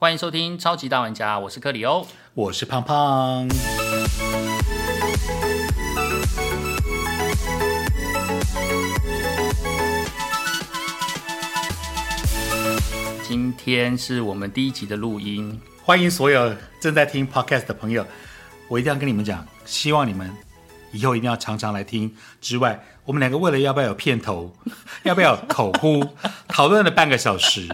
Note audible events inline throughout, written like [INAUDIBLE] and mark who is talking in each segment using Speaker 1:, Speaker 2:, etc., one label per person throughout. Speaker 1: 欢迎收听《超级大玩家》，我是克里欧。
Speaker 2: 我是胖胖。
Speaker 1: 今天是我们第一集的录音，
Speaker 2: 欢迎所有正在听 podcast 的朋友，我一定要跟你们讲，希望你们以后一定要常常来听。之外，我们两个为了要不要有片头， [LAUGHS] 要不要有口呼， [LAUGHS] 讨论了半个小时。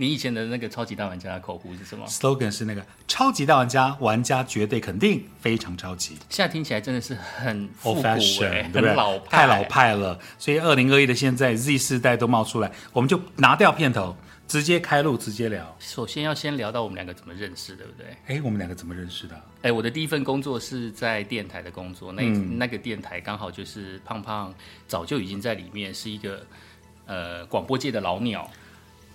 Speaker 1: 你以前的那个《超级大玩家》的口胡是什么？
Speaker 2: slogan 是那个“超级大玩家，玩家绝对肯定，非常超级
Speaker 1: 现在听起来真的是很复
Speaker 2: ”，old
Speaker 1: 古、欸
Speaker 2: fashion，，对不对？
Speaker 1: 很老派，
Speaker 2: 太老。派了。所以二零二一的现在，Z 世代都冒出来，我们就拿掉片头，直接开录，直接聊。
Speaker 1: 首先要先聊到我们两个怎么认识，对不对？
Speaker 2: 哎，我们两个怎么认识的啊？
Speaker 1: 哎，我的第一份工作是在电台的工作，那、
Speaker 2: 嗯
Speaker 1: 那个电台刚好就是胖胖早就已经在里面，是一个呃广播界的老鸟。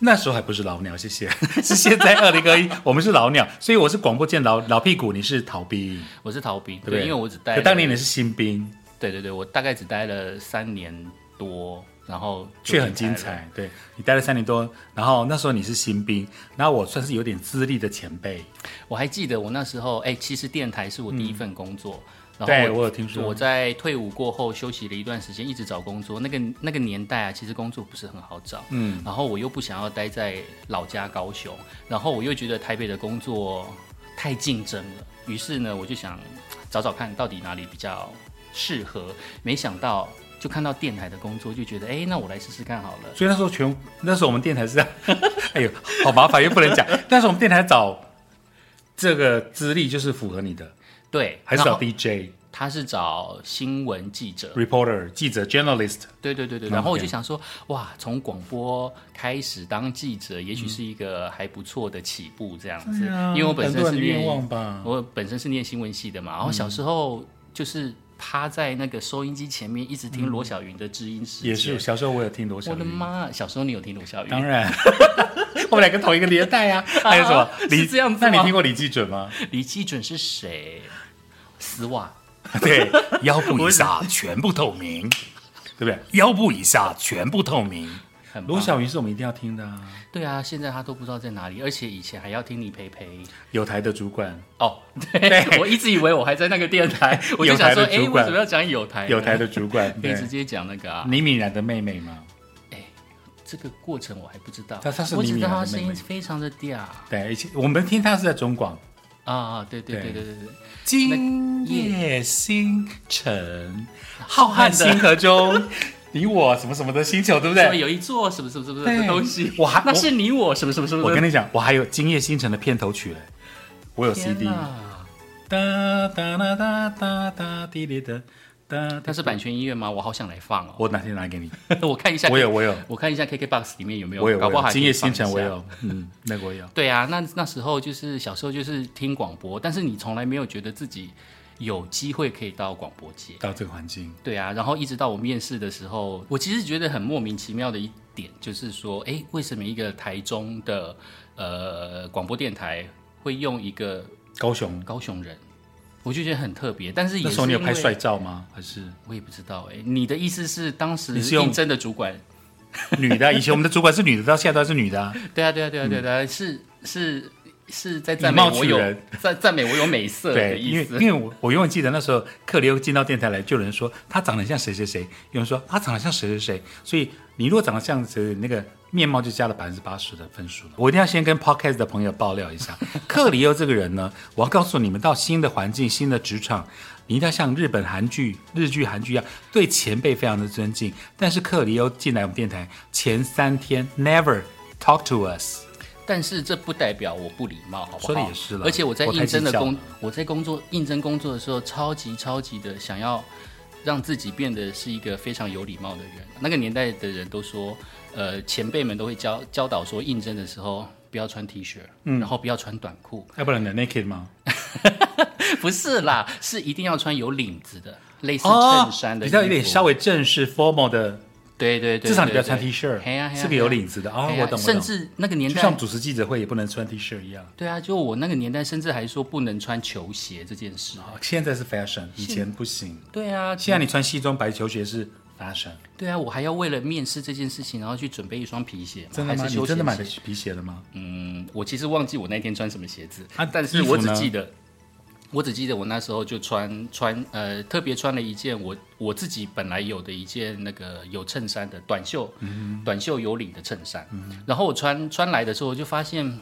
Speaker 2: 那时候还不是老鸟，谢 [LAUGHS] 谢，是现在二零二一，我们是老鸟，所以我是广播界老老屁股，你是逃兵，
Speaker 1: 我是逃兵，
Speaker 2: 对不对？
Speaker 1: 因为我只待
Speaker 2: 可当年
Speaker 1: 了
Speaker 2: 你是新兵，
Speaker 1: 对对对，我大概只待了三年多，然后就
Speaker 2: 却很
Speaker 1: 离开
Speaker 2: 精
Speaker 1: 了。
Speaker 2: 彩。对你待了三年多，然后那时候你是新兵，然后我算是有点资历的前辈，
Speaker 1: 我还记得我那时候，哎、其实电台是我第一份工作。然
Speaker 2: 嗯对
Speaker 1: 后
Speaker 2: 我有听说
Speaker 1: 我在退伍过后休息了一段时间，一直找工作。那个那个年代啊，其实工作不是很好找。嗯，然后我又不想要待在老家高雄，然后我又觉得台北的工作太竞争了，于是呢，我就想找找看到底哪里比较适合。没想到就看到电台的工作，就觉得哎、那我来试试看好了。
Speaker 2: 所以那时候全那时候我们电台是在， [LAUGHS] 哎呦，好麻烦又不能讲。那时候我们电台找这个资历就是符合你的，
Speaker 1: 对，
Speaker 2: 还是
Speaker 1: 然
Speaker 2: 找
Speaker 1: 后
Speaker 2: DJ、
Speaker 1: 他是找新闻记者，
Speaker 2: reporter、记者、journalist，
Speaker 1: 对对对对，
Speaker 2: 嗯
Speaker 1: 然后我就想说，哇，从广播开始当记者，也
Speaker 2: 嗯
Speaker 1: 许是一个还不错的起步这样子。因为我本
Speaker 2: 哎很
Speaker 1: 身
Speaker 2: 多
Speaker 1: 是
Speaker 2: 人的愿
Speaker 1: 念
Speaker 2: 望嗯吧，
Speaker 1: 我本身是念新闻系的嘛，然后小时候就是趴在那个收音机前面，一直听罗小云的《知音世界》。
Speaker 2: 嗯也是小时候我有听罗小
Speaker 1: 我的
Speaker 2: 云。
Speaker 1: 妈！小时候你有听罗小
Speaker 2: 当
Speaker 1: 云？
Speaker 2: 然， [LAUGHS] 我们两个同一个年代 [LAUGHS] 啊。还有什么？
Speaker 1: 是
Speaker 2: 李
Speaker 1: 这样子吗
Speaker 2: 那你听过李济准 [LAUGHS] 吗？
Speaker 1: 李基准是谁？丝袜。
Speaker 2: 对，腰部以下全部透明，对 [LAUGHS] 不对？腰部以下全部透明。
Speaker 1: 很棒
Speaker 2: 罗小云是我们一定要听的、啊，
Speaker 1: 对啊，现在他都不知道在哪里，而且以前还要听你陪陪
Speaker 2: 有台的主管，
Speaker 1: 哦。 [LAUGHS] 对，我一直以为我还在那个电
Speaker 2: [LAUGHS]
Speaker 1: 台，我就
Speaker 2: 有
Speaker 1: 想
Speaker 2: 台
Speaker 1: 说，
Speaker 2: 的
Speaker 1: 哎，
Speaker 2: 主
Speaker 1: 为
Speaker 2: 管
Speaker 1: 什么要讲有台呢？
Speaker 2: 有台的主 [LAUGHS] 管，
Speaker 1: 可以
Speaker 2: 对
Speaker 1: 直，接讲那个啊。
Speaker 2: 倪敏然的妹妹嘛，
Speaker 1: 这个过程我还不知道，
Speaker 2: 她她是
Speaker 1: 我只
Speaker 2: 迷
Speaker 1: 知
Speaker 2: 你
Speaker 1: 道
Speaker 2: 啊
Speaker 1: 他
Speaker 2: 她
Speaker 1: 声
Speaker 2: 妹
Speaker 1: 音
Speaker 2: 妹
Speaker 1: 非常的嗲
Speaker 2: 对，以前我们听她是在中广。
Speaker 1: 啊，对对对
Speaker 2: 对
Speaker 1: 对对对，
Speaker 2: 今夜星辰，浩瀚星河中， [LAUGHS] 你我什么什么的星球，对不
Speaker 1: 什么
Speaker 2: 对？
Speaker 1: 有一座什么什么什么什么
Speaker 2: 对
Speaker 1: 东西，
Speaker 2: 我还
Speaker 1: 那
Speaker 2: 我
Speaker 1: 是你我什么什么什么，
Speaker 2: 我跟
Speaker 1: 你
Speaker 2: 你讲，我还有《今夜星辰》的片头曲嘞，我有 CD。哒哒哒哒哒哒滴滴哒哒
Speaker 1: 那
Speaker 2: 哒。
Speaker 1: 是版权音乐吗？我好想来放哦，
Speaker 2: 我哪天拿给你？ [LAUGHS]
Speaker 1: 我看一下，
Speaker 2: 我有，，我有，
Speaker 1: 我看一下 KKBOX 里面有没
Speaker 2: 我有，
Speaker 1: 搞
Speaker 2: 我
Speaker 1: 不好
Speaker 2: 有。
Speaker 1: 还可以
Speaker 2: 今夜星辰
Speaker 1: 放一
Speaker 2: 我
Speaker 1: 下。
Speaker 2: 有，嗯，那个我有。
Speaker 1: 对啊，那那时候就是小时候就是听广播，但是你从来没有觉得自己有机会可以到广播界。
Speaker 2: 到这个环境，
Speaker 1: 对啊，然后一直到我面试的时候，我其实觉得很莫名其妙的一点，就是说，哎，为什么一个台中的呃广播电台会用一个
Speaker 2: 高雄
Speaker 1: 高雄人？我就觉得很特别，但是也
Speaker 2: 那
Speaker 1: 是
Speaker 2: 时候你有
Speaker 1: 因
Speaker 2: 拍
Speaker 1: 为
Speaker 2: 帅，照吗？还是
Speaker 1: 我也不知道哎、你的意思是当时
Speaker 2: 你是用
Speaker 1: 应征的主管？
Speaker 2: 女的啊？以前我们的主管是女的，到现在都是女的啊。
Speaker 1: 对啊，对啊，对啊，对啊对啊，是是是在赞
Speaker 2: 嗯以
Speaker 1: 美
Speaker 2: 貌
Speaker 1: 我
Speaker 2: 取
Speaker 1: 有
Speaker 2: 人
Speaker 1: 赞赞美我有美色的
Speaker 2: 对，因
Speaker 1: 意
Speaker 2: 为
Speaker 1: 思。
Speaker 2: 因为我我永远记得那时候克里欧进到电台来，就有人说他长得像谁谁谁，有人说他长得像谁谁谁，所以你如果长得像谁，谁，那个面貌就加了百分之八十的分数了。我一定要先跟 podcast 的朋友爆料一下，克里欧这个人呢，我要告诉你们，到新的环境、新的职场，你一定要像日本韩剧、日剧、韩剧一样，对前辈非常的尊敬。但是克里欧进来我们电台前三天，never talk to us，
Speaker 1: 但是这不代表我不礼貌，好不好？
Speaker 2: 说得也是啦
Speaker 1: 而且我在
Speaker 2: 我太
Speaker 1: 应征的
Speaker 2: 计较
Speaker 1: 工
Speaker 2: 了，
Speaker 1: 我在工作应征工作的时候，超级超级的想要让自己变得是一个非常有礼貌的人。那个年代的人都说，呃，前辈们都会教教导说，应征的时候不要穿 T 恤，
Speaker 2: 嗯
Speaker 1: 然后不要穿短裤， [LAUGHS]
Speaker 2: 要不然你 naked 吗？
Speaker 1: 不是啦，是一定要穿有领子的，类似
Speaker 2: 哦
Speaker 1: 衬衫的衣
Speaker 2: 比
Speaker 1: 服、
Speaker 2: 较有点稍
Speaker 1: 微
Speaker 2: 微正式 formal 的。
Speaker 1: 对对对对，
Speaker 2: 至少你不要穿
Speaker 1: 对
Speaker 2: T 恤
Speaker 1: 嘿呀嘿呀，
Speaker 2: 是个有领子的啊。
Speaker 1: 嘿呀
Speaker 2: 我懂，我
Speaker 1: 甚
Speaker 2: 懂。
Speaker 1: 至那个年
Speaker 2: 就
Speaker 1: 代
Speaker 2: 像主持记者会也不能穿 T 恤一样。
Speaker 1: 对啊，就我那个年代，甚至还说不能穿球鞋这件事。
Speaker 2: 啊现在是 fashion，以前不行。
Speaker 1: 对啊，
Speaker 2: 现在你穿西装白球鞋是 fashion。
Speaker 1: 对啊，我还要为了面试这件事情，然后去准备一双皮鞋吗，
Speaker 2: 真的吗？
Speaker 1: 还是
Speaker 2: 你
Speaker 1: 休
Speaker 2: 真
Speaker 1: 闲
Speaker 2: 的买
Speaker 1: 鞋
Speaker 2: 的皮鞋了吗？
Speaker 1: 嗯，我其实忘记我那天穿什么鞋子
Speaker 2: 啊
Speaker 1: 但
Speaker 2: 衣
Speaker 1: 是
Speaker 2: 服
Speaker 1: 我只
Speaker 2: 呢
Speaker 1: 记得，我只记得我那时候就穿穿呃，特别穿了一件我我自己本来有的一件那个有衬衫的短袖，
Speaker 2: 嗯
Speaker 1: 短袖有领的衬衫。然后我穿穿来的时候，我就发现。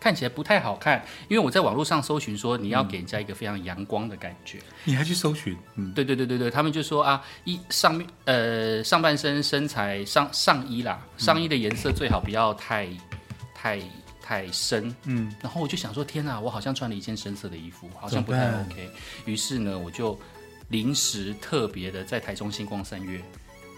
Speaker 1: 看起来不太好看，因为我在网络上搜寻说你
Speaker 2: 嗯
Speaker 1: 要给人家一个非常阳光的感觉，
Speaker 2: 你还去搜寻？嗯，
Speaker 1: 对对对对对，他们就说啊，一上面呃上半身身材上上衣啦，
Speaker 2: 嗯
Speaker 1: 上衣的颜色最好不要太太太深，嗯，然后我就想说，天哪，我好像穿了一件深色的衣服，好像不太
Speaker 2: 怎么办
Speaker 1: OK，于是呢，我就临时特别的在台中星光三月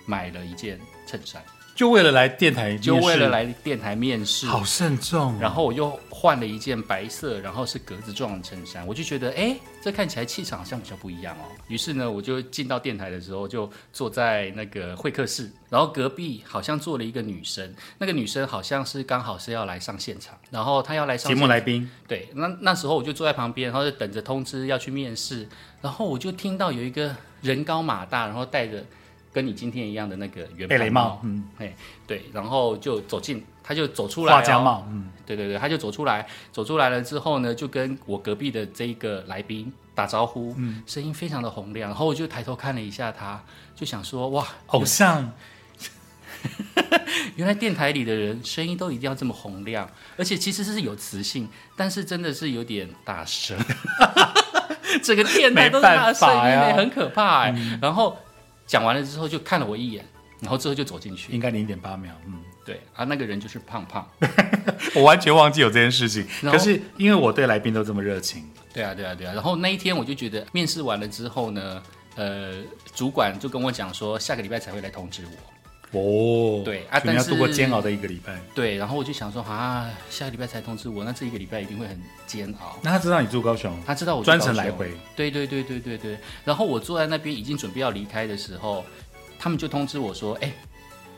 Speaker 1: 买了一件衬衫，
Speaker 2: 就为了来电台，
Speaker 1: 就为了，来电台面试，
Speaker 2: 好慎重哦。
Speaker 1: 然后我又换了一件白色，然后是格子状的衬衫，我就觉得，哎，这看起来气场好像比较不一样哦。于是呢，我就进到电台的时候，就坐在那个会客室，然后隔壁好像坐了一个女生，那个女生好像是刚好是要来上现场，然后她要来上
Speaker 2: 节目
Speaker 1: 现
Speaker 2: 来宾，
Speaker 1: 对，那那时候我就坐在旁边，然后就等着通知要去面试，然后我就听到有一个人高马大，然后戴着跟你今天一样的那个圆
Speaker 2: 贝雷
Speaker 1: 盘
Speaker 2: 帽，嗯，
Speaker 1: 哎，对，然后就走进，他就走出来、哦，
Speaker 2: 画家帽，嗯，
Speaker 1: 对对对，他就走出来，走出来了之后呢，就跟我隔壁的这一个来宾打招呼，
Speaker 2: 嗯
Speaker 1: 声音非常的洪亮，然后我就抬头看了一下他，就想说哇，
Speaker 2: 偶像。
Speaker 1: 原来电台里的人声音都一定要这么洪亮，而且其实是有磁性，但是真的是有点大声， [LAUGHS] 整个电台都是他的声音
Speaker 2: 没办
Speaker 1: 呢，
Speaker 2: 法呀嗯
Speaker 1: 很可怕哎、然后讲完了之后就看了我一眼，然后之后就走进去，
Speaker 2: 应该零点八秒，嗯，
Speaker 1: 对啊，那个人就是胖胖，
Speaker 2: [LAUGHS] 我完全忘记有这件事情。
Speaker 1: 然
Speaker 2: 可
Speaker 1: 后
Speaker 2: 是因为我对来宾都这么热情，
Speaker 1: 对啊，对啊，对啊。然后那一天我就觉得面试完了之后呢，呃，主管就跟我讲说下个礼拜才会来通知我。
Speaker 2: 哦，
Speaker 1: 对啊
Speaker 2: 所以你
Speaker 1: 但
Speaker 2: 要
Speaker 1: 是
Speaker 2: 度过煎熬的一个礼拜。
Speaker 1: 对，然后我就想说啊，下个礼拜才通知我，那这一个礼拜一定会很煎熬。
Speaker 2: 那他知道你住高雄，
Speaker 1: 他知道我去
Speaker 2: 专
Speaker 1: 高
Speaker 2: 程
Speaker 1: 雄
Speaker 2: 来回，
Speaker 1: 对对对对对对。然后我坐在那边已经准备要离开的时候，他们就通知我说，哎。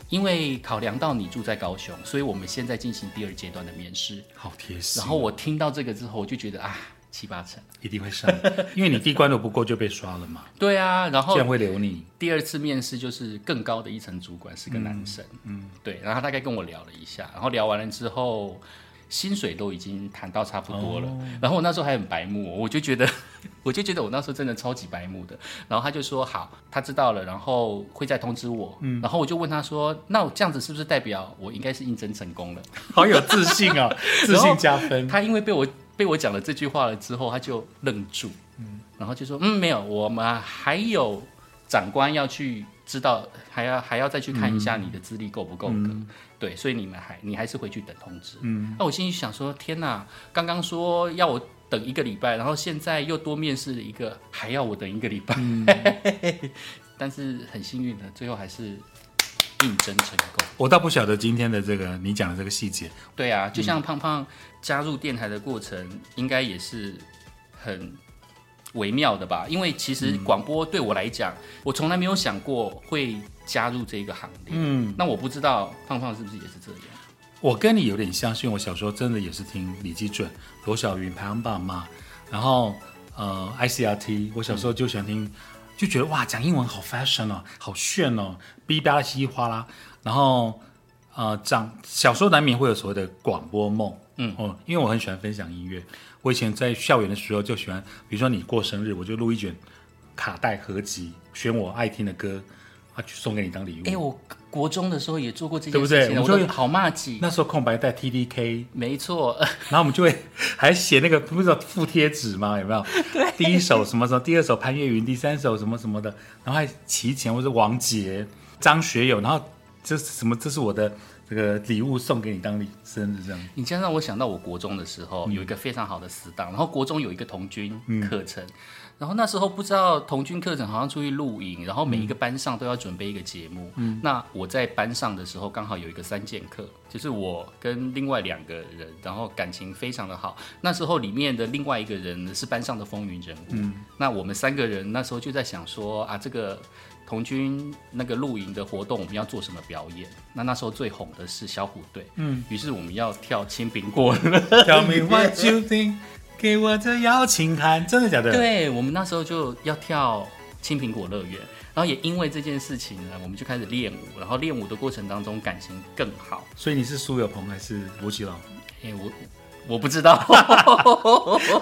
Speaker 1: 因为考量到你住在高雄，所以我们现在进行第二阶段的面试。
Speaker 2: 好贴心。
Speaker 1: 然后我听到这个之后，我就觉得啊，七八成。
Speaker 2: 一定
Speaker 1: [LAUGHS]
Speaker 2: 会上，因为你第一关都不过就被刷了嘛，
Speaker 1: 对啊，然后
Speaker 2: 这样会留你。
Speaker 1: 第二次面试就是更高的一层主管是个男生，嗯，对，然后他大概跟我聊了一下，然后聊完了之后，薪水都已经谈到差不多了，然后我那时候还很白目，我就觉得， [LAUGHS] 我就觉得我那时候真的超级白目的，然后他就说好，他知道了，然后会再通知我，嗯，然后我就问他说，那我这样子是不是代表我应该是应征成功了？
Speaker 2: 好有自信
Speaker 1: [LAUGHS]
Speaker 2: 啊、自信加分。
Speaker 1: 他因为被我被我讲了这句话了之后，他就愣住，嗯，然后就说嗯没有，我们还有长官要去知道，还要还要再去看一下你的资历够不够格，对，所以你们还你还是回去等通知，嗯，那我心里想说天哪，刚刚说要我。等一个礼拜，然后现在又多面试了一个，还要我等一个礼拜。 [LAUGHS] 但是很幸运的，最后还是应征成功。
Speaker 2: 我倒不晓得今天的这个你讲的这个细节，
Speaker 1: 对啊，就
Speaker 2: 嗯
Speaker 1: 像胖胖加入电台的过程，应该也是很微妙的吧？因为其实
Speaker 2: 嗯
Speaker 1: 广播对我来讲，我从来没有想过会加入这个行列。嗯，那我不知道胖胖是不是也是这样？
Speaker 2: 我跟你有点像，是因为我小时候真的也是听李济准、罗小云排行榜嘛，然后呃 ICRT，我小时候就喜欢听，就觉得哇讲英文好 fashion 哦，好炫哦，哔吧啦稀里哗啦，然后呃长小时候难免会有所谓的广播梦，嗯哦，因为我很喜欢分享音乐，我以前在校园的时候就喜欢，比如说你过生日，我就录一卷卡带合集，选我爱听的歌，啊去送给你当礼物。
Speaker 1: 哎、我国中的时候也做过这
Speaker 2: 对
Speaker 1: 件
Speaker 2: 不
Speaker 1: 事
Speaker 2: 对
Speaker 1: 情啊，
Speaker 2: 我们
Speaker 1: 我
Speaker 2: 就
Speaker 1: 都好骂几。
Speaker 2: 那时候空白带 TDK，
Speaker 1: 没错，
Speaker 2: 然后我们就会还写那个不是有附贴纸吗？有
Speaker 1: [LAUGHS]
Speaker 2: 没有？第一首什么什么，第二首潘越云，第三首什么什么的，然后还齐秦或者王杰、张学友，然后这是什么？这是我的这个礼物送给你当礼生日这样。
Speaker 1: [LAUGHS] 你这样让我想到我国中的时候有一个非常好的死党，然后国中有一个童军课程，然后那时候不知道童军课程好像出去露营，然后每一个班上都要准备一个节目。那我在班上的时候刚好有一个三剑客，就是我跟另外两个人，然后感情非常的好。那时候里面的另外一个人呢是班上的风云人物，那我们三个人那时候就在想说啊这个。童军那个露营的活动，我们要做什么表演？那那时候最红的是小虎队，嗯，于是我们要跳《青苹果》 [LAUGHS]
Speaker 2: Tell me what you think，给我的邀请函，真的假的？，
Speaker 1: 对我们那时候就要跳青苹果乐园，然后也因为这件事情呢，我们就开始练舞，然后练舞的过程当中感情更好。
Speaker 2: 所以你是苏有朋还是吴奇隆？
Speaker 1: 哎、我我不知道， [LAUGHS]
Speaker 2: 好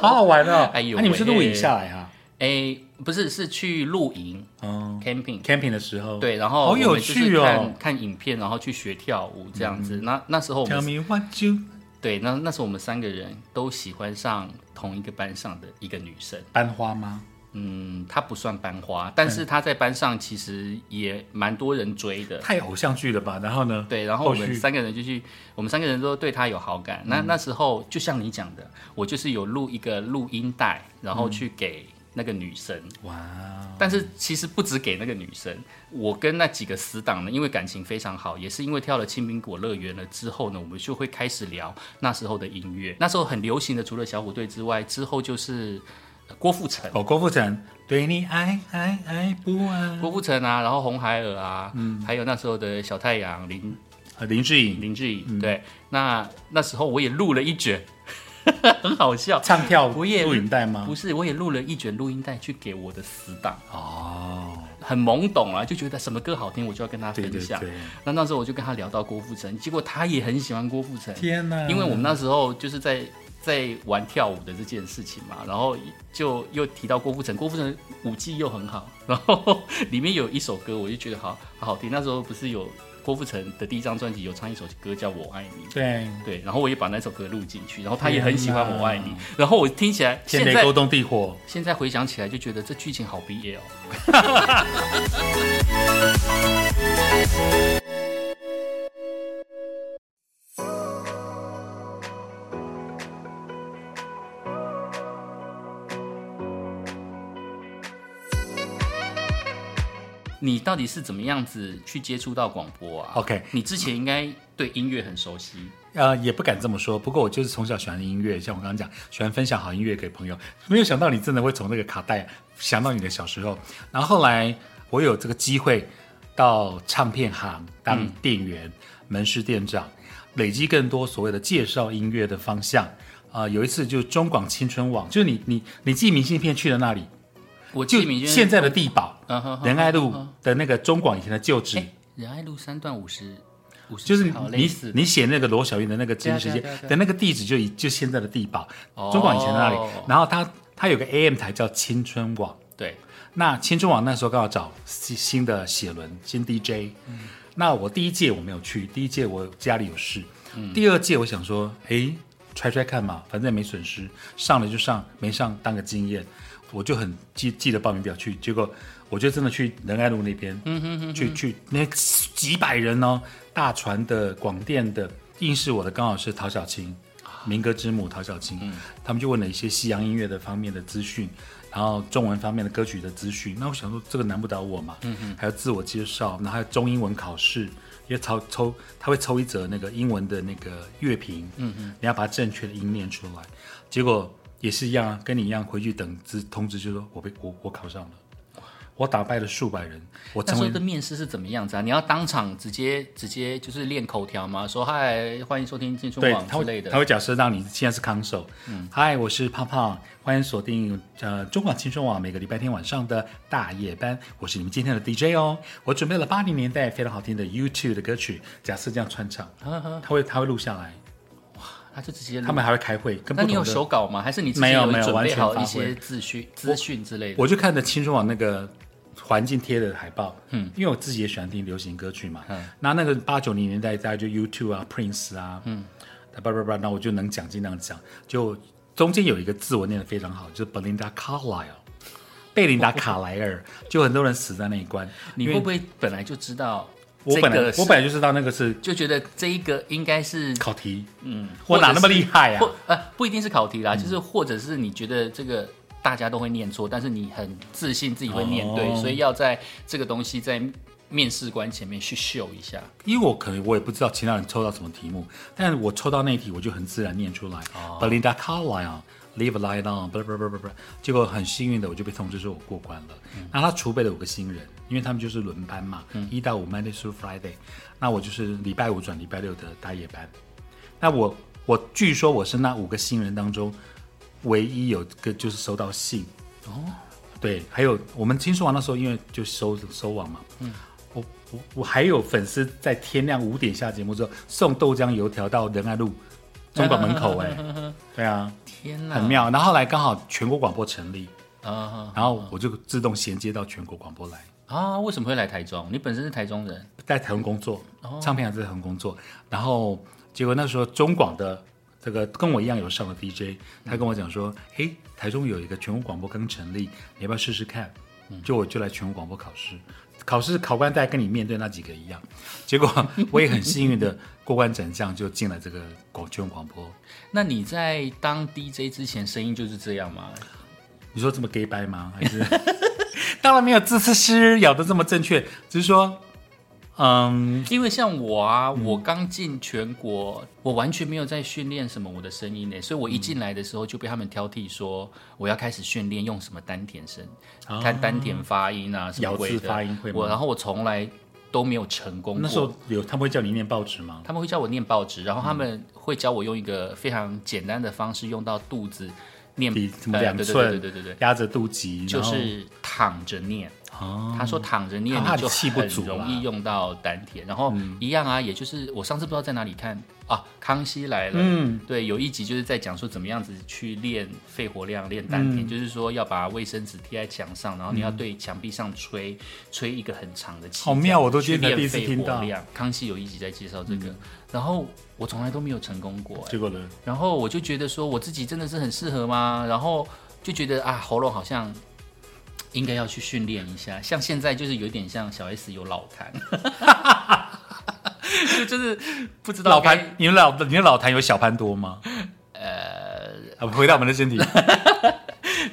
Speaker 2: 好玩哦！
Speaker 1: 哎呦
Speaker 2: 那你们是
Speaker 1: 喂
Speaker 2: 录影下来啊哈？
Speaker 1: 哎、不是，是去露营
Speaker 2: 嗯
Speaker 1: camping。
Speaker 2: ，camping 的时候。
Speaker 1: 对，然后
Speaker 2: 好有
Speaker 1: 我们就是
Speaker 2: 趣哦嗯
Speaker 1: 看看影片，然后去学跳舞这样子。那那时候我
Speaker 2: ，Tell
Speaker 1: 们
Speaker 2: me what you
Speaker 1: 对，那那时候我们三个人都喜欢上同一个班上的一个女生。
Speaker 2: 班花吗？
Speaker 1: 嗯，她不算班花，但
Speaker 2: 嗯
Speaker 1: 是她在班上其实也蛮多人追的。
Speaker 2: 太偶像剧了吧？然后呢？
Speaker 1: 对，然后我
Speaker 2: 后
Speaker 1: 们
Speaker 2: 续
Speaker 1: 三个人就去，我们三个人都对她有好感。那那时候就像你讲的，我就是有录一个录音带，然后去给那个女生。
Speaker 2: 哇哦，
Speaker 1: 但是其实不止给那个女生，我跟那几个死党呢，因为感情非常好，也是因为跳了《青苹果乐园》了之后呢，我们就会开始聊那时候的音乐。那时候很流行的，除了小虎队之外，之后就是呃郭富城。
Speaker 2: 哦，郭富城对你爱爱爱不完。
Speaker 1: 郭富城啊，然后红孩儿啊，还有那时候的小太阳林
Speaker 2: 呃林志颖
Speaker 1: 林志颖，对，那那时候我也录了一卷， [LAUGHS] 很好笑，
Speaker 2: 唱跳
Speaker 1: 我也
Speaker 2: 录影带吗
Speaker 1: 不？是，我也录了一卷录音带去给我的死党，
Speaker 2: 哦，
Speaker 1: 很懵懂啊，就觉得什么歌好听，我就要跟他
Speaker 2: 对
Speaker 1: 分
Speaker 2: 对
Speaker 1: 享。
Speaker 2: 对，
Speaker 1: 那那时候我就跟他聊到郭富城，结果他也很喜欢郭富城，
Speaker 2: 天啊哪！
Speaker 1: 因为我们那时候就是在在玩跳舞的这件事情嘛，然后就又提到郭富城，郭富城舞技又很好， [LAUGHS] 然后里面有一首歌我就觉得好好好听，那时候不是有郭富城的第一张专辑有唱一首歌叫《我爱你》。
Speaker 2: 对
Speaker 1: 对，然后我也把那首歌录进去，然后他也很喜欢
Speaker 2: 天
Speaker 1: 《
Speaker 2: 哪
Speaker 1: 我爱你》，然后我听起来
Speaker 2: 天
Speaker 1: 现
Speaker 2: 雷
Speaker 1: 在
Speaker 2: 勾动地火，
Speaker 1: 现在回想起来就觉得这剧情好 BL 哦。 [LAUGHS] 你到底是怎么样子去接触到广播啊
Speaker 2: OK
Speaker 1: 你之前应该对音乐很熟悉，
Speaker 2: 呃，也不敢这么说。不过我就是从小喜欢音乐，像我刚刚讲，喜欢分享好音乐给朋友。没有想到你真的会从那个卡带想到你的小时候。然后后来我有这个机会到唱片行当
Speaker 1: 嗯
Speaker 2: 店员、门市店长，累积更多所谓的介绍音乐的方向。啊、有一次就是中广青春网，就是你你你寄明信片去的那里，
Speaker 1: 我
Speaker 2: 就
Speaker 1: 记明
Speaker 2: 现在的地堡
Speaker 1: 嗯哼哼
Speaker 2: 仁爱路的那个中广以前的旧址。
Speaker 1: 哎，仁爱路三段五十五十，
Speaker 2: 就是
Speaker 1: 好类
Speaker 2: 你
Speaker 1: 似
Speaker 2: 你写那个罗小云的那个
Speaker 1: 对
Speaker 2: 真
Speaker 1: 啊
Speaker 2: 实
Speaker 1: 对啊
Speaker 2: 界
Speaker 1: 对啊对啊
Speaker 2: 的那个地址就已就现在的地堡，
Speaker 1: 哦
Speaker 2: 中广以前的那里，然后它它有个 AM 台叫青春网，
Speaker 1: 对，
Speaker 2: 那青春网那时候刚好找新新的写轮新 DJ，、那我第一届我没有去，第一届我家里有事，第二届我想说，哎，揣揣看嘛，反正也没损失，上了就上，没上当个经验，我就很记记得报名表去，结果我就真的去仁爱路那边，去去那几百人哦，大船的、广电的，应是我的刚好是陶小青，民歌之母陶小青，他们就问了一些西洋音乐的方面的资讯，然后中文方面的歌曲的资讯。那我想说，这个难不倒我嘛，还有自我介绍，然后还有中英文考试。也抽抽，他会抽一则那个英文的那个乐评，嗯嗯，你要把它正确的音念出来。结果也是一样啊，跟你一样回去等知通知，就说我被我我考上了，我打败了数百人，我
Speaker 1: 那
Speaker 2: 成
Speaker 1: 时候
Speaker 2: 为
Speaker 1: 的面试是怎么样子啊？你要当场直接直接就是练口条吗？说嗨，欢迎收听青春
Speaker 2: 对
Speaker 1: 网，
Speaker 2: 他
Speaker 1: 之类
Speaker 2: 会
Speaker 1: 的嗯
Speaker 2: 他。会假设让你现在是康手，嗨，我是胖胖，欢迎锁定呃中广青春网每个礼拜天晚上的大夜班，我是你们今天的 DJ 哦，我准备了八零年代非常好听的 YouTube 的歌曲，假设这样穿唱，他会他会录下来，
Speaker 1: 他就直接录
Speaker 2: 他们还会开会，跟
Speaker 1: 那
Speaker 2: 不
Speaker 1: 你
Speaker 2: 同
Speaker 1: 有
Speaker 2: 的，
Speaker 1: 手稿吗？还是你之
Speaker 2: 没
Speaker 1: 前
Speaker 2: 有没有
Speaker 1: 准
Speaker 2: 完
Speaker 1: 备
Speaker 2: 全
Speaker 1: 好
Speaker 2: 发
Speaker 1: 一
Speaker 2: 挥
Speaker 1: 些资讯资讯之类的？
Speaker 2: 我就看着青春网那个。环境贴的海报，嗯，因为我自己也喜欢听流行歌曲嘛，嗯，那那个八九零年代大家就 YouTube 啊、Prince 啊，嗯，叭叭叭，那我就能讲尽量讲，就中间有一个字我念得非常好，就是 Belinda Carlisle，贝琳达卡莱尔，就很多人死在那一关。
Speaker 1: 你哦会不会本来就知道
Speaker 2: 我
Speaker 1: 这
Speaker 2: 本来
Speaker 1: 个是？
Speaker 2: 我本来就知道那个是
Speaker 1: 就觉得这一个应该是
Speaker 2: 考题，嗯，
Speaker 1: 或
Speaker 2: 我
Speaker 1: 者
Speaker 2: 哪那么厉害呀、啊
Speaker 1: 或呃不一定是考题啦，就是或者是你觉得这个大家都会念错，但是你很自信自己会念对，
Speaker 2: 哦
Speaker 1: 所以要在这个东西在面试官前面去秀一下。
Speaker 2: 因为我可能我也不知道其他人抽到什么题目，但我抽到那一题我就很自然念出来。Belinda Carlisle。Live a light on，不不不不不，结果很幸运的我就被通知说我过关了。那他储备了五个新人，因为他们就是轮班嘛，一、到五 Monday through Friday，那我就是礼拜五转礼拜六的大夜班。那我我据说我是那五个新人当中唯一有个就是收到信哦，对，还有我们新书网那时候因为就收收网嘛，嗯，我我我还有粉丝在天亮五点下节目之后送豆浆油条到仁爱路中广门口、哎、对啊，
Speaker 1: 天哪，
Speaker 2: 很妙。然后后来刚好全国广播成立，
Speaker 1: 啊
Speaker 2: 然后我就自动衔接到全国广播来，
Speaker 1: 啊！为什么会来台中？你本身是台中人，
Speaker 2: 在台湾工作，唱片还在台湾工作。然后结果那时候中广的这个跟我一样有上的 DJ，他跟我讲说，嘿、台中有一个全国广播刚成立，你要不要试试看？就我就来全国广播考试，考试考官大概跟你面对那几个一样，结果我也很幸运的过关斩将，就进了这个广全国广播。
Speaker 1: 那你在当 DJ 之前声音就是这样吗？
Speaker 2: 你说这么 gay 掰吗？还是当然没有自私诗咬的这么正确，只是说，嗯，
Speaker 1: 因为像我啊，我刚进全国，我完全没有在训练什么我的声音呢，所以我一
Speaker 2: 嗯
Speaker 1: 进来的时候就被他们挑剔说我要开始训练用什么丹田声，看丹田发音啊什么
Speaker 2: 啊咬
Speaker 1: 鬼
Speaker 2: 字
Speaker 1: 的。
Speaker 2: 发音会
Speaker 1: 我
Speaker 2: 吗？
Speaker 1: 然后我从来都没有成功过。
Speaker 2: 那时候嗯有他们会叫你念报纸吗？
Speaker 1: 他们会叫我念报纸，然后他们会教我用一个非常简单的方式用到肚子念
Speaker 2: 比什么
Speaker 1: 呃
Speaker 2: 两
Speaker 1: 对对
Speaker 2: 寸
Speaker 1: 对对对对对，
Speaker 2: 压着肚脐，
Speaker 1: 就
Speaker 2: 然后
Speaker 1: 是躺着念。
Speaker 2: 哦，
Speaker 1: 他说躺着念
Speaker 2: 他怕
Speaker 1: 你就
Speaker 2: 气不
Speaker 1: 很
Speaker 2: 足啊嗯啦
Speaker 1: 容易用到丹田，然后一样啊，也就是我上次不知道在哪里看啊，《康熙来了》
Speaker 2: 嗯
Speaker 1: 对，有一集就是在讲说怎么样子去练肺活量、练丹
Speaker 2: 嗯
Speaker 1: 田，就是说要把卫生纸贴在墙上，然后你要对墙壁上吹，吹一个很长的气，
Speaker 2: 嗯好妙我都
Speaker 1: 去
Speaker 2: 今天才
Speaker 1: 练
Speaker 2: 第一次
Speaker 1: 肺
Speaker 2: 听
Speaker 1: 活
Speaker 2: 到嗯
Speaker 1: 量。康熙有一集在介绍这个，然后我从来都没有成功过、哎
Speaker 2: 结果呢？
Speaker 1: 然后我就觉得说我自己真的是很适合吗？然后就觉得啊，喉咙好像嘖应该要去训练一下。像现在就是有点像小 S 有老痰， [LAUGHS] 就就是不知道
Speaker 2: 老
Speaker 1: 该
Speaker 2: 盘，你们老你的老坛有小潘多吗？ [LAUGHS] 呃，回到我们的身 [LAUGHS] 体，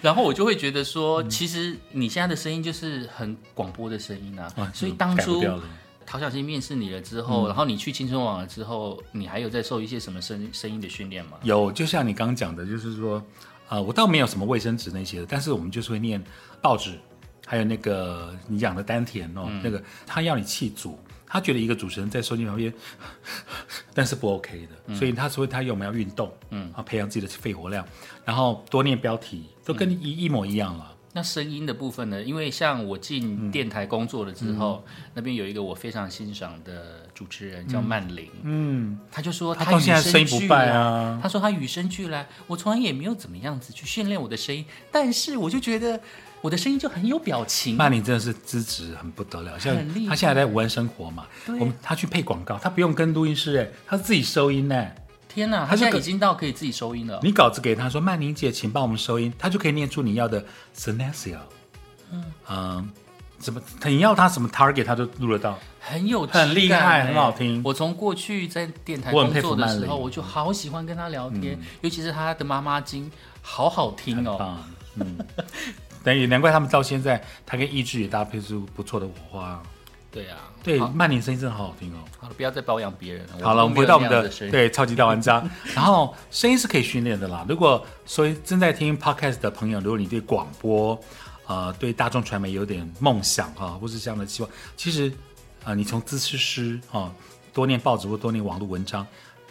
Speaker 1: 然后我就会觉得说，
Speaker 2: 嗯
Speaker 1: 其实你现在的声音就是很广播的声音啊，所以当
Speaker 2: 改不
Speaker 1: 初
Speaker 2: 掉嗯了
Speaker 1: 陶小新面试你了之后，然后你去青春网了之后，你还有在受一些什么声声音的训练吗？
Speaker 2: 有，就像你刚刚讲的，就是说，呃，我倒没有什么卫生纸那些的，但是我们就是会念报纸，还有那个你讲的丹田哦，
Speaker 1: 嗯
Speaker 2: 那个他要你气足，他觉得一个主持人在收音机旁边， [LAUGHS] 但是不 OK 的，
Speaker 1: 嗯
Speaker 2: 所以他说他有没有运动，嗯，啊，培养自己的肺活量，然后多念标题，都跟你
Speaker 1: 嗯
Speaker 2: 一一模一样了。
Speaker 1: 那声音的部分呢？因为像我
Speaker 2: 嗯
Speaker 1: 进电台工作了之后，那边有一个我非常欣赏的主持人叫曼玲，
Speaker 2: 嗯，
Speaker 1: 他就说
Speaker 2: 他
Speaker 1: 他
Speaker 2: 到
Speaker 1: 与
Speaker 2: 现在
Speaker 1: 生
Speaker 2: 声音不
Speaker 1: 俱
Speaker 2: 败
Speaker 1: 来
Speaker 2: 啊
Speaker 1: 他说他与生俱来，我从来也没有怎么样子去训练我的声音，但是我就觉得我的声音就很有表情。
Speaker 2: 曼玲真的是资质很不得了，像
Speaker 1: 嗯很厉害
Speaker 2: 她现在在文生活嘛，我们她去配广告，她不用跟录音师哎，她自己收音哎。
Speaker 1: 天哪，
Speaker 2: 他
Speaker 1: 他
Speaker 2: 就
Speaker 1: 现在
Speaker 2: 跟
Speaker 1: 已经到可以自己收音了。
Speaker 2: 你稿子给他说，曼玲姐，请帮我们收音，他就可以念出你要的 scenario。嗯怎么他你要他什么 target，他都录得到。
Speaker 1: 很有质
Speaker 2: 很厉
Speaker 1: 感
Speaker 2: 害
Speaker 1: 欸
Speaker 2: 很好听
Speaker 1: 我从过去在电台
Speaker 2: 我很
Speaker 1: 工
Speaker 2: 佩服
Speaker 1: 作的
Speaker 2: 曼
Speaker 1: 时候，
Speaker 2: 玲嗯
Speaker 1: 我就好喜欢跟他聊天，尤其是他的妈妈经，好好听哦。
Speaker 2: 啊，
Speaker 1: [LAUGHS]
Speaker 2: 嗯，等于难怪他们到现在，他跟意志也搭配出不错的火花。
Speaker 1: 对啊，
Speaker 2: 对，
Speaker 1: 好
Speaker 2: 曼玲声音真的好好听哦。
Speaker 1: 好了，不要再包养别人了。
Speaker 2: 好了，我们回到我们
Speaker 1: 的
Speaker 2: 的
Speaker 1: 声音。
Speaker 2: 对超级大玩家，然后声音是可以训练的啦。如果所以正在听 podcast 的朋友，如果你对广播，呃，对大众传媒有点梦想哈、或是这样的期望，其实，呃，你从自师师哈，多念报纸或多念网络文章，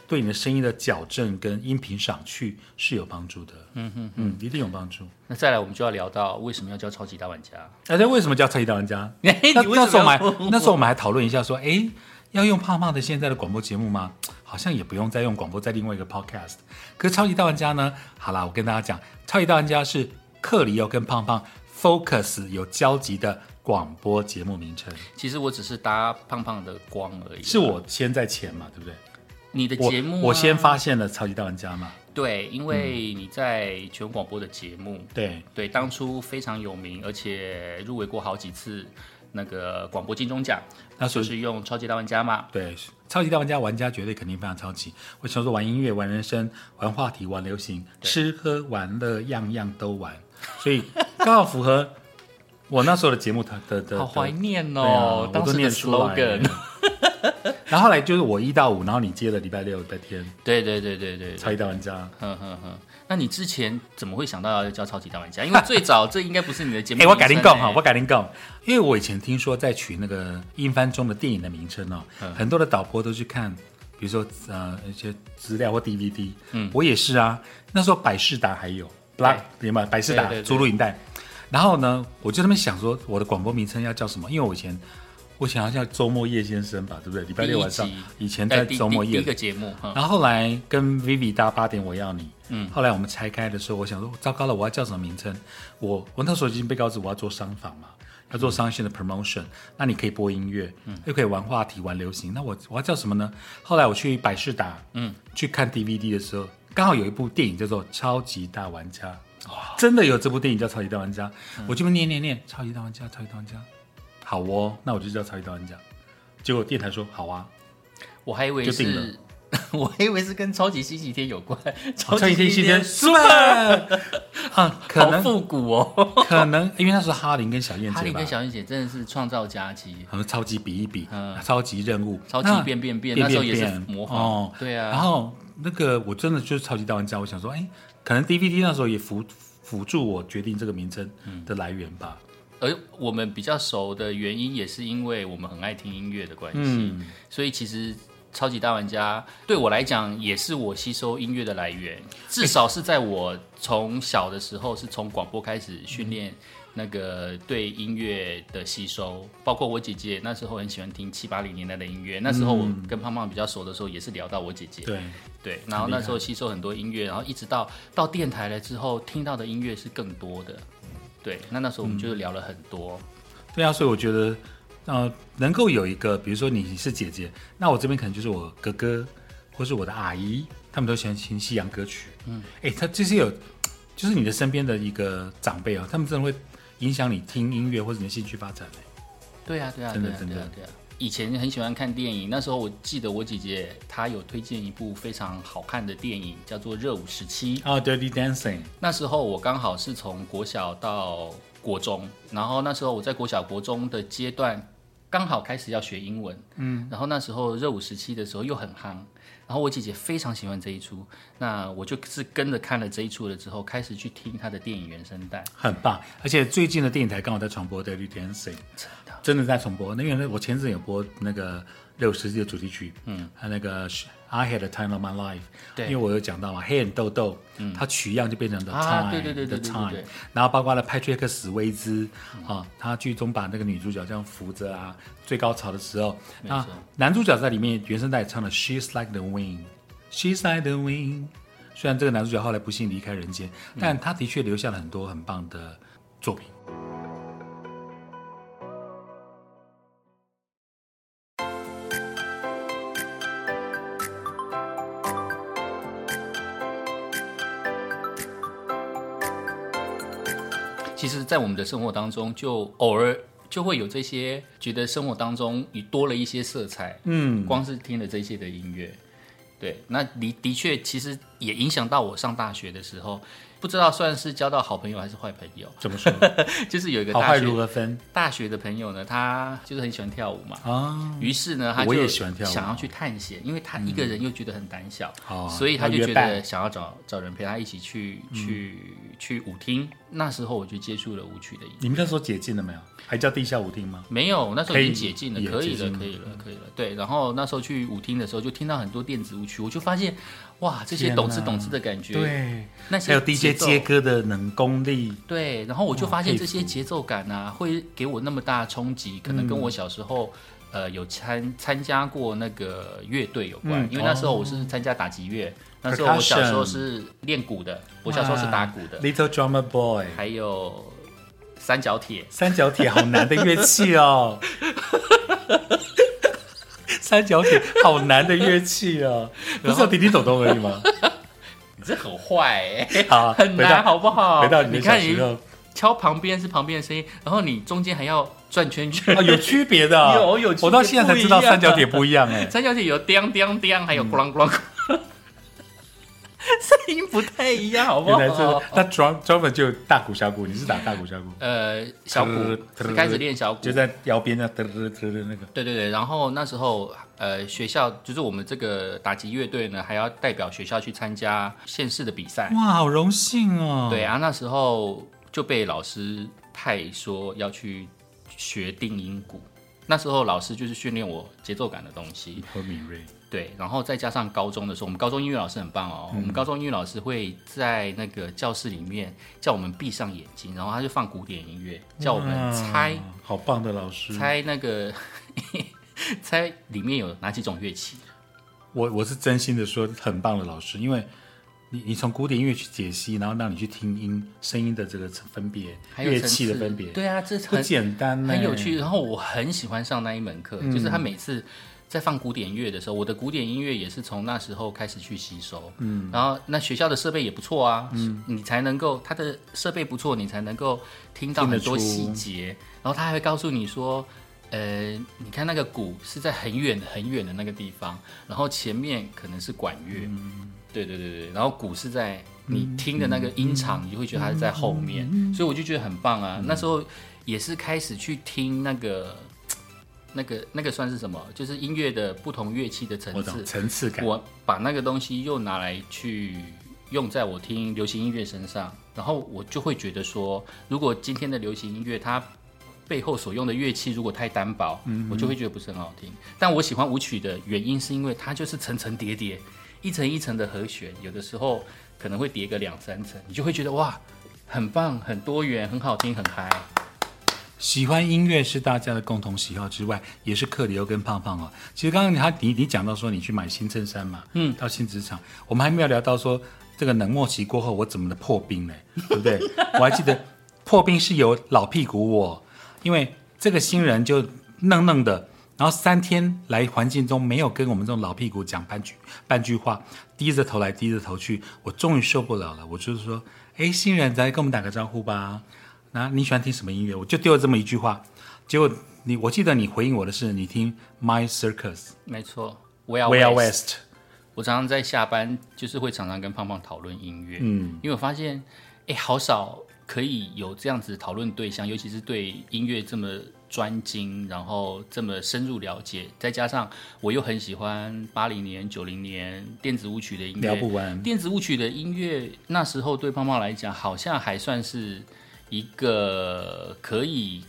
Speaker 2: 对你的声音的矫正跟音频上去是有帮助的。嗯嗯嗯，一定有帮助。
Speaker 1: 那再来，我们就要聊到为什么要叫超级大玩家。
Speaker 2: 哎，这为什么叫超级大玩家？
Speaker 1: [LAUGHS] 哎你
Speaker 2: 那
Speaker 1: 为
Speaker 2: 那
Speaker 1: 什
Speaker 2: 时候我
Speaker 1: 么
Speaker 2: 们
Speaker 1: 要 [LAUGHS] 问
Speaker 2: 还那时候我们还讨论一下说，哎，要用胖胖的现在的广播节目吗？好像也不用再用广播，在另外一个 podcast。可是超级大玩家呢？好啦，我跟大家讲，超级大玩家是克里欧跟胖胖 focus 有交集的广播节目名称，
Speaker 1: 其实我只是搭胖胖的光而已。啊
Speaker 2: 是我先在前嘛，对不对？
Speaker 1: 你的
Speaker 2: 我
Speaker 1: 节目啊、
Speaker 2: 我先发嗯现了超级大玩家嘛，
Speaker 1: 对，因为你在全广播的节目，
Speaker 2: 对，
Speaker 1: 对，当初非常有名，而且入围过好几次那个广播金钟奖，
Speaker 2: 那
Speaker 1: 就
Speaker 2: 所以
Speaker 1: 是用超级大玩家嘛。
Speaker 2: 对，超级大玩家玩家绝对肯定非常超级。我想说，玩音乐、玩人生、玩话题、玩流行，吃喝玩乐样样都玩，所以刚好符合我那时候的节目它的的
Speaker 1: 好
Speaker 2: 的。
Speaker 1: 怀念
Speaker 2: 对啊
Speaker 1: 哦，，
Speaker 2: 我
Speaker 1: 当
Speaker 2: 都
Speaker 1: 时的
Speaker 2: 念出来了
Speaker 1: slogan。
Speaker 2: [LAUGHS] 然后后来就是我一到五，然后你接了礼拜六、礼拜天，
Speaker 1: 对对对对对，
Speaker 2: 超级大玩家。
Speaker 1: 哼哼哼。那你之前怎么会想到要叫超级大玩家？因为最早这应该不是你的节目
Speaker 2: [LAUGHS] 哎、
Speaker 1: 名称欸。
Speaker 2: 我改天讲哈，我改天讲，因为我以前听说在取那个英翻中的电影的名称哦，
Speaker 1: 嗯
Speaker 2: 很多的导播都去看，比如说呃一些资料或 DVD，嗯，我也是啊，那时候百事达还有 Black
Speaker 1: 对
Speaker 2: 明白百事达
Speaker 1: 对对对
Speaker 2: 租录影带，然后呢，我就在那边想说，我的广播名称要叫什么？因为我以前我想要叫周末夜先生吧，对不对？礼拜六晚上
Speaker 1: 第一集
Speaker 2: 以前在
Speaker 1: 第
Speaker 2: 周末
Speaker 1: 第第
Speaker 2: 夜
Speaker 1: 一个节目，嗯
Speaker 2: 然后后来跟 Vivi 搭八点我要你，嗯，后来我们拆开的时候，我想说，糟糕了，我要叫什么名称？我我那时候已经被告知我要做商访嘛，要做商线的 promotion，那你可以播音乐，嗯，又可以玩话题、玩流行，那我我要叫什么呢？后来我去百事达，嗯，去看 DVD 的时候，刚好有一部电影叫做《超级大玩家》，真的有这部电影叫《超级大玩家》，我这边念念念《超级大玩家》，《超级大玩家》，好哦，那我就叫《超级大玩家》，结果电台说好啊，
Speaker 1: 我还以为
Speaker 2: 就定了
Speaker 1: 是， [LAUGHS] 我还以为是跟超级星期天有关，超
Speaker 2: 哦超级星期天
Speaker 1: 期
Speaker 2: super [LAUGHS] 啊，可
Speaker 1: 好
Speaker 2: 能
Speaker 1: 复古哦。
Speaker 2: 可能因为那时候哈林跟小燕
Speaker 1: 哈
Speaker 2: 姐
Speaker 1: 利
Speaker 2: 吧啊
Speaker 1: 跟，小燕姐真的是创造佳绩，
Speaker 2: 好像超级比一比
Speaker 1: 嗯，
Speaker 2: 超级任务，
Speaker 1: 超级
Speaker 2: 那
Speaker 1: 变变变，
Speaker 2: 变
Speaker 1: 那时候
Speaker 2: 变
Speaker 1: 也是
Speaker 2: 变
Speaker 1: 模仿。
Speaker 2: 哦
Speaker 1: 对
Speaker 2: 然
Speaker 1: 啊，
Speaker 2: 后那个我真的就是超级大玩家，我想说，哎，可能 DVD 那时候也辅辅助我决定这个名称
Speaker 1: 嗯
Speaker 2: 的来源吧。
Speaker 1: 而我们比较熟的原因，也是因为我们很爱听音乐的关系，
Speaker 2: 嗯，
Speaker 1: 所以其实。超级大玩家对我来讲也是我吸收音乐的来源，至少是在我从小的时候是从广播开始训练那个对音乐的吸收，包括我姐姐那时候很喜欢听七八零年代的音乐，那时候我跟胖胖比较熟的时候也是聊到我姐姐，
Speaker 2: 对，
Speaker 1: 对，然后那时候吸收很多音乐，然后一直到到电台了之后，听到的音乐是更多的。对，那那时候我们就聊了很多。
Speaker 2: 对啊，所以我觉得，呃，能够有一个，比如说你是姐姐，那我这边可能就是我哥哥，或是我的阿姨，他们都喜欢听西洋歌曲。嗯，哎，他这些有，就是你的身边的一个长辈啊，他们真的会影响你听音乐或者你的兴趣发展、欸。
Speaker 1: 对啊，对啊，
Speaker 2: 真的
Speaker 1: 对啊，
Speaker 2: 真的
Speaker 1: 对啊，对啊。以前很喜欢看电影，那时候我记得我姐姐她有推荐一部非常好看的电影，叫做《热舞时期》。
Speaker 2: 哦，Dirty Dancing，
Speaker 1: 那时候我刚好是从国小到国中，然后那时候我在国小、国中的阶段，刚好开始要学英文，嗯，然后那时候热舞时期的时候又很夯，然后我姐姐非常喜欢这一出，那我就是跟着看了这一出了之后，开始去听她的电影原声带，
Speaker 2: 很棒。而且最近的电影台刚好在重播 Dirty Dancing，
Speaker 1: 真的
Speaker 2: 真的在重播。那因为我前阵子有播那个六十世纪的主题曲，嗯，还有那个是 I Had a Time of My Life，
Speaker 1: 对
Speaker 2: 因为我有讲到嘛，黑人豆豆，嗯，它取样就变成 The Time，、
Speaker 1: 啊对对对对
Speaker 2: The
Speaker 1: 对
Speaker 2: Time，
Speaker 1: 对对
Speaker 2: 然后包括了派崔克史威兹啊，他剧中把那个女主角这样扶着啊，最高潮的时候，
Speaker 1: 没
Speaker 2: 那
Speaker 1: 错
Speaker 2: 男主角在里面原声带唱的 She's Like the Wind，She's Like the Wind。虽然这个男主角后来不幸离开人间，但他的确留下了很多很棒的作品。
Speaker 1: 其实，在我们的生活当中，就偶尔就会有这些觉得生活当中你多了一些色彩，
Speaker 2: 嗯，
Speaker 1: 光是听了这些的音乐，对，那的的确其实也影响到我上大学的时候，不知道算是交到好朋友还是坏朋友，
Speaker 2: 怎么说？
Speaker 1: [LAUGHS] 就是有一个
Speaker 2: 好坏
Speaker 1: 大
Speaker 2: 如
Speaker 1: 学
Speaker 2: 何分
Speaker 1: 大学的朋友呢，他就是很喜欢跳舞嘛。
Speaker 2: 啊？
Speaker 1: 于是呢，他
Speaker 2: 我也
Speaker 1: 就
Speaker 2: 喜欢跳舞嗯
Speaker 1: 想要去探险，因为他一个人又觉得很胆小，
Speaker 2: 哦
Speaker 1: 所以他就
Speaker 2: 要
Speaker 1: 觉
Speaker 2: 约伴嗯
Speaker 1: 得想要找找人陪他一起去去去舞厅。那时候我就接触了舞曲的音乐
Speaker 2: 你们那时候解禁了没有？还叫地下舞厅吗？
Speaker 1: 没有，那时候
Speaker 2: 可以
Speaker 1: 已经解禁了，
Speaker 2: 也
Speaker 1: 可以
Speaker 2: 解
Speaker 1: 了，
Speaker 2: 禁了嗯
Speaker 1: 可以了，可以了。对，然后那时候去舞厅的时候，就听到很多电子舞曲，我就发现，哇，这些
Speaker 2: 天
Speaker 1: 懂吃
Speaker 2: 哪
Speaker 1: 懂吃的感觉，，
Speaker 2: 对，
Speaker 1: 那
Speaker 2: 还
Speaker 1: 些
Speaker 2: 有
Speaker 1: 节
Speaker 2: DJ
Speaker 1: 奏
Speaker 2: 接，歌的能功力，
Speaker 1: 对，然后我就
Speaker 2: 哇
Speaker 1: 发现
Speaker 2: 佩
Speaker 1: 这些节奏感啊，会给我那么大的冲击，可能跟
Speaker 2: 嗯
Speaker 1: 我小时候。呃，有参参加过那个乐队有关，
Speaker 2: 嗯
Speaker 1: 因为那时候我是参加打击乐，那时候我小时候
Speaker 2: Percussion
Speaker 1: 是练鼓的，我小时候是打鼓的，
Speaker 2: Little Drummer Boy，
Speaker 1: 还有三角铁，
Speaker 2: 三角铁好难的乐
Speaker 1: [LAUGHS]
Speaker 2: 器哦。三角铁好难的乐器哦，不是有叮叮咚咚而已吗？
Speaker 1: 你这很坏、欸，
Speaker 2: 好，
Speaker 1: 很
Speaker 2: 啊回
Speaker 1: 难
Speaker 2: 到
Speaker 1: 好不好？
Speaker 2: 回到你的
Speaker 1: 你
Speaker 2: 小
Speaker 1: 看
Speaker 2: 时候
Speaker 1: 敲旁边是旁边的声音，然后你中间还要转圈圈。
Speaker 2: 啊，有区别
Speaker 1: [LAUGHS]
Speaker 2: 的，
Speaker 1: 有有区别
Speaker 2: 我到现在才知道
Speaker 1: 不一样
Speaker 2: 三角铁不
Speaker 1: [LAUGHS]
Speaker 2: 一样哎。
Speaker 1: 三角铁有叮叮叮，还有咣啷咣啷，嗯 [LAUGHS] 声音不太一样，好不
Speaker 2: 原来是
Speaker 1: 好？
Speaker 2: 那 drum drummer 就大鼓小鼓，你是打大鼓小鼓，
Speaker 1: 呃，小鼓
Speaker 2: 呃
Speaker 1: 是开始练小鼓
Speaker 2: 就，在腰边那嘚嘚嘚嘚那个。
Speaker 1: 对对对。然后那时候呃，学校就是我们这个打击乐队呢，还要代表学校去参加县市的比赛。
Speaker 2: 哇，好荣幸哦！
Speaker 1: 对啊，那时候就被老师派说要去学定音鼓。那时候老师就是训练我节奏感的东西，
Speaker 2: 和敏锐，
Speaker 1: 对，然后再加上高中的时候，我们高中英语老师很棒哦。
Speaker 2: 嗯
Speaker 1: 我们高中英语老师会在那个教室里面叫我们闭上眼睛，然后他就放古典音乐，叫我
Speaker 2: 嗯
Speaker 1: 们猜
Speaker 2: 哇，啊好棒的老师。
Speaker 1: 猜那个 [LAUGHS] 猜里面有哪几种乐器。
Speaker 2: 我我是真心的说，很棒的老师，因为你你从古典音乐去解析，然后让你去听音声音的这个分别，
Speaker 1: 还有
Speaker 2: 乐
Speaker 1: 层
Speaker 2: 器的
Speaker 1: 次
Speaker 2: 分别，
Speaker 1: 对啊，这
Speaker 2: 不
Speaker 1: 很
Speaker 2: 简单呢，
Speaker 1: 很有趣。嗯然后我很喜欢上那一门课，就是他每次在放古典音乐的时候，我的古典音乐也是从那时候开始去吸收。嗯，然后那学校的设备也不错啊，嗯，你才能够它的设备不错，你才能够听到
Speaker 2: 听得
Speaker 1: 很多
Speaker 2: 出
Speaker 1: 细节。然后他还会告诉你说。呃，你看那个鼓是在很远很远的那个地方，然后前面可能是管乐，对对对对，然后鼓是在你听的那个音场，你就会觉得它是在后面，所以我就觉得很棒啊。那时候也是开始去听那个那个那个算是什么，就是音乐的不同乐器的层
Speaker 2: 我懂
Speaker 1: 次，
Speaker 2: 层次感。
Speaker 1: 我把那个东西又拿来去用在我听流行音乐身上，然后我就会觉得说，如果今天的流行音乐它背后所用的乐器如果太单薄，我就会觉得不是很好听。但我喜欢舞曲的原因是因为它就是层层叠叠，一层一层的和弦，有的时候可能会叠个两三层，你就会觉得哇，很棒，很多元，很好听，很嗨。
Speaker 2: 喜欢音乐是大家的共同喜好之外，也是克里欧跟胖胖哦。其实刚刚他你你讲到说你去买新衬衫嘛，嗯，到新职场，我们还没有聊到说这个冷漠期过后我怎么的破冰嘞， [LAUGHS] 对不对？我还记得破冰是由老屁股我，因为这个新人就愣愣的，然后三天来环境中没有跟我们这种老屁股讲半句半句话，低着头来低着头去，我终于受不了了，我就是说，哎，新人再跟我们打个招呼吧。啊，你喜欢听什么音乐？我就丢了这么一句话，结果你，我记得你回应我的是你听 My Circus
Speaker 1: 没错，我要
Speaker 2: w e r e West，
Speaker 1: 我常常在下班就是会常常跟胖胖讨论音乐，嗯，因为我发现，哎、好少可以有这样子讨论对象，尤其是对音乐这么专精，然后这么深入了解，再加上我又很喜欢八零年、九零年电子舞曲的音
Speaker 2: 聊
Speaker 1: 乐，
Speaker 2: 不完。
Speaker 1: 电子舞曲的音乐那时候对胖胖来讲，好像还算是一个可以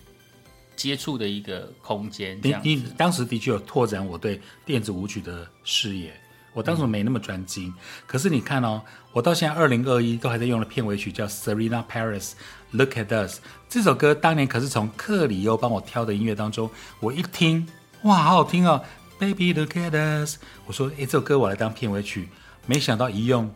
Speaker 1: 接触的一个空间，这
Speaker 2: 你
Speaker 1: 样
Speaker 2: 你
Speaker 1: 子。
Speaker 2: 当时的确有拓展我对电子舞曲的视野，我当时没那么专精。可是你看哦，我到现在二零二一都还在用的片尾曲叫 Serena Paris Look at Us 这首歌，当年可是从克里欧帮我挑的音乐当中，我一听哇，好好听哦，Baby Look at Us，我说诶，这首歌我来当片尾曲，没想到一用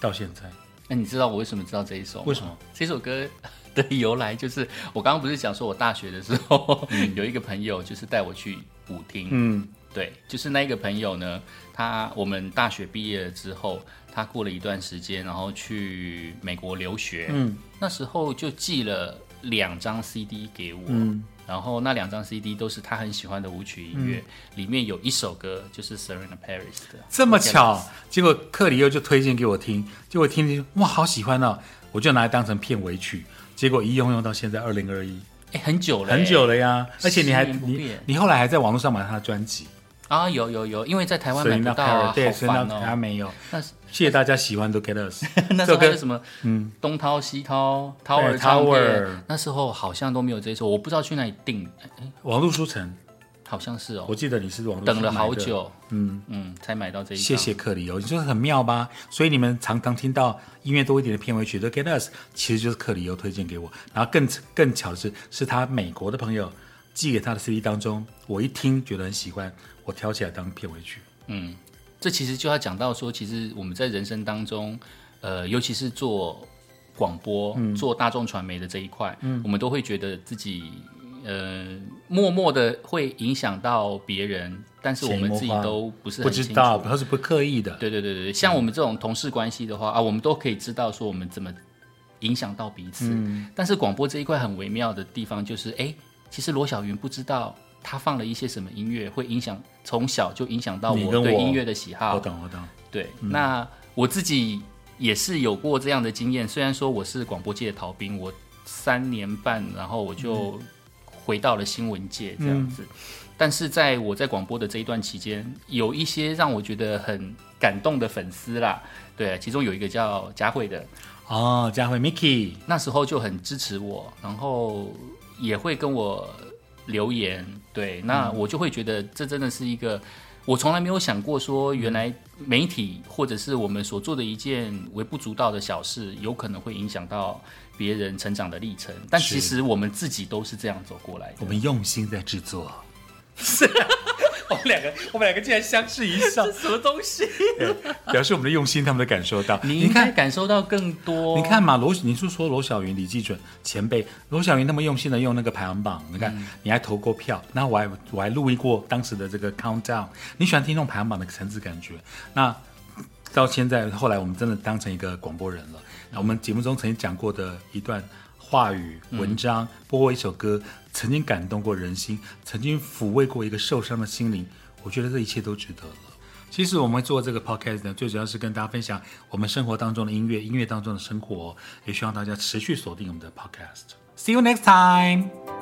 Speaker 2: 到现在。
Speaker 1: 那你知道我为什么知道这一首吗？
Speaker 2: 为什么
Speaker 1: 这首歌 [LAUGHS] 的由来就是我刚刚不是讲说我大学的时候、 [LAUGHS] 有一个朋友就是带我去舞厅，
Speaker 2: 嗯，
Speaker 1: 对，就是那一个朋友呢，他我们大学毕业了之后，他过了一段时间，然后去美国留学，嗯，那时候就寄了两张 CD 给我。
Speaker 2: 嗯
Speaker 1: 然后那两张 CD 都是他很喜欢的舞曲音乐，
Speaker 2: 嗯
Speaker 1: 里面有一首歌就是 Serena Paris 的。
Speaker 2: 这么巧，结果克里又就推荐给我听，结果听听哇，好喜欢哦，我就拿来当成片尾曲，结果一用用到现在二零二一，
Speaker 1: 哎，很久了，
Speaker 2: 很久了呀。而且你还
Speaker 1: 十年不
Speaker 2: 你
Speaker 1: 变
Speaker 2: 你后来还在网络上买他的专辑，
Speaker 1: 啊，有有有，因为在台湾买不到
Speaker 2: 尔
Speaker 1: 啊，
Speaker 2: 对，
Speaker 1: 好
Speaker 2: 所以那
Speaker 1: 烦
Speaker 2: 他
Speaker 1: 哦。
Speaker 2: 没有。
Speaker 1: 那是
Speaker 2: 谢谢大家喜欢 Look
Speaker 1: [LAUGHS]
Speaker 2: at Us，
Speaker 1: 那时
Speaker 2: 这
Speaker 1: 候还
Speaker 2: 歌
Speaker 1: 有什么，嗯，东掏西掏，掏
Speaker 2: 对
Speaker 1: 儿唱
Speaker 2: Tower
Speaker 1: 片，那时候好像都没有这一首，我不知道去哪里订，哎
Speaker 2: 网络书城，
Speaker 1: 好像是哦
Speaker 2: 我，记得你是网络
Speaker 1: 等了
Speaker 2: 书买
Speaker 1: 好
Speaker 2: 的。
Speaker 1: 久，嗯嗯，才买到这一张。
Speaker 2: 谢谢克里欧，你说很妙吧？所以你们常常听到音乐多一点的片尾曲《Look at Us》，其实就是克里欧推荐给我。然后更更巧的是，是他美国的朋友寄给他的 CD 当中，我一听觉得很喜欢，我挑起来当片尾曲。
Speaker 1: 嗯，这其实就要讲到说，其实我们在人生当中，呃，尤其是做广播、
Speaker 2: 嗯
Speaker 1: 做大众传媒的这一块，我们都会觉得自己呃，默默的会影响到别人，但是我
Speaker 2: 潜移
Speaker 1: 们
Speaker 2: 默
Speaker 1: 自己
Speaker 2: 化
Speaker 1: 都不是
Speaker 2: 不
Speaker 1: 很
Speaker 2: 知
Speaker 1: 清楚。
Speaker 2: 道，他是不刻意的。嗯
Speaker 1: 对对对对，像我们这种同事关系的话啊，我们都可以知道说我们怎么影响到彼此。
Speaker 2: 嗯
Speaker 1: 但是广播这一块很微妙的地方就是，哎，其实罗小云不知道他放了一些什么音乐，会影响从小就影响到
Speaker 2: 你跟
Speaker 1: 对
Speaker 2: 我
Speaker 1: 音乐的喜
Speaker 2: 我
Speaker 1: 好。
Speaker 2: 懂，我懂。
Speaker 1: 对，那我自己也是有过这样的经验，虽然说我是广播界的逃兵，我三年半，然后我就回到了新闻界这样子。但是在我在广播的这一段期间，有一些让我觉得很感动的粉丝啦，对，其中有一个叫佳慧的，
Speaker 2: 哦，佳慧 Mickey，
Speaker 1: 那时候就很支持我，然后也会跟我留言，对，
Speaker 2: 嗯
Speaker 1: 那我就会觉得这真的是一个。我从来没有想过说，原来媒体或者是我们所做的一件微不足道的小事，有可能会影响到别人成长的历程。但
Speaker 2: 是
Speaker 1: 其实我们自己都是这样走过来的
Speaker 2: 我。们用心在制作。是、 [LAUGHS] 我们两个，我们两个竟然相视一笑，
Speaker 1: 什么东西？
Speaker 2: 表示我们的用心，他们都感受到。
Speaker 1: 你
Speaker 2: 你
Speaker 1: 应该
Speaker 2: 看，
Speaker 1: 感受到更多。啊
Speaker 2: 你看嘛，罗，你是说罗小云、李济准前辈，罗小云那么用心的用那个排行榜，你看，你还投过票，那我还我还录音过当时的这个 countdown。你喜欢听那种排行榜的层次感觉？那到现在，后来我们真的当成一个广播人了。那我们节目中曾经讲过的一段话语、文章，包括一首歌，曾经感动过人心，曾经抚慰过一个受伤的心灵。我觉得这一切都值得了。其实我们做这个 podcast 呢，最主要是跟大家分享我们生活当中的音乐，音乐当中的生活，也希望大家持续锁定我们的 podcast。See you next time.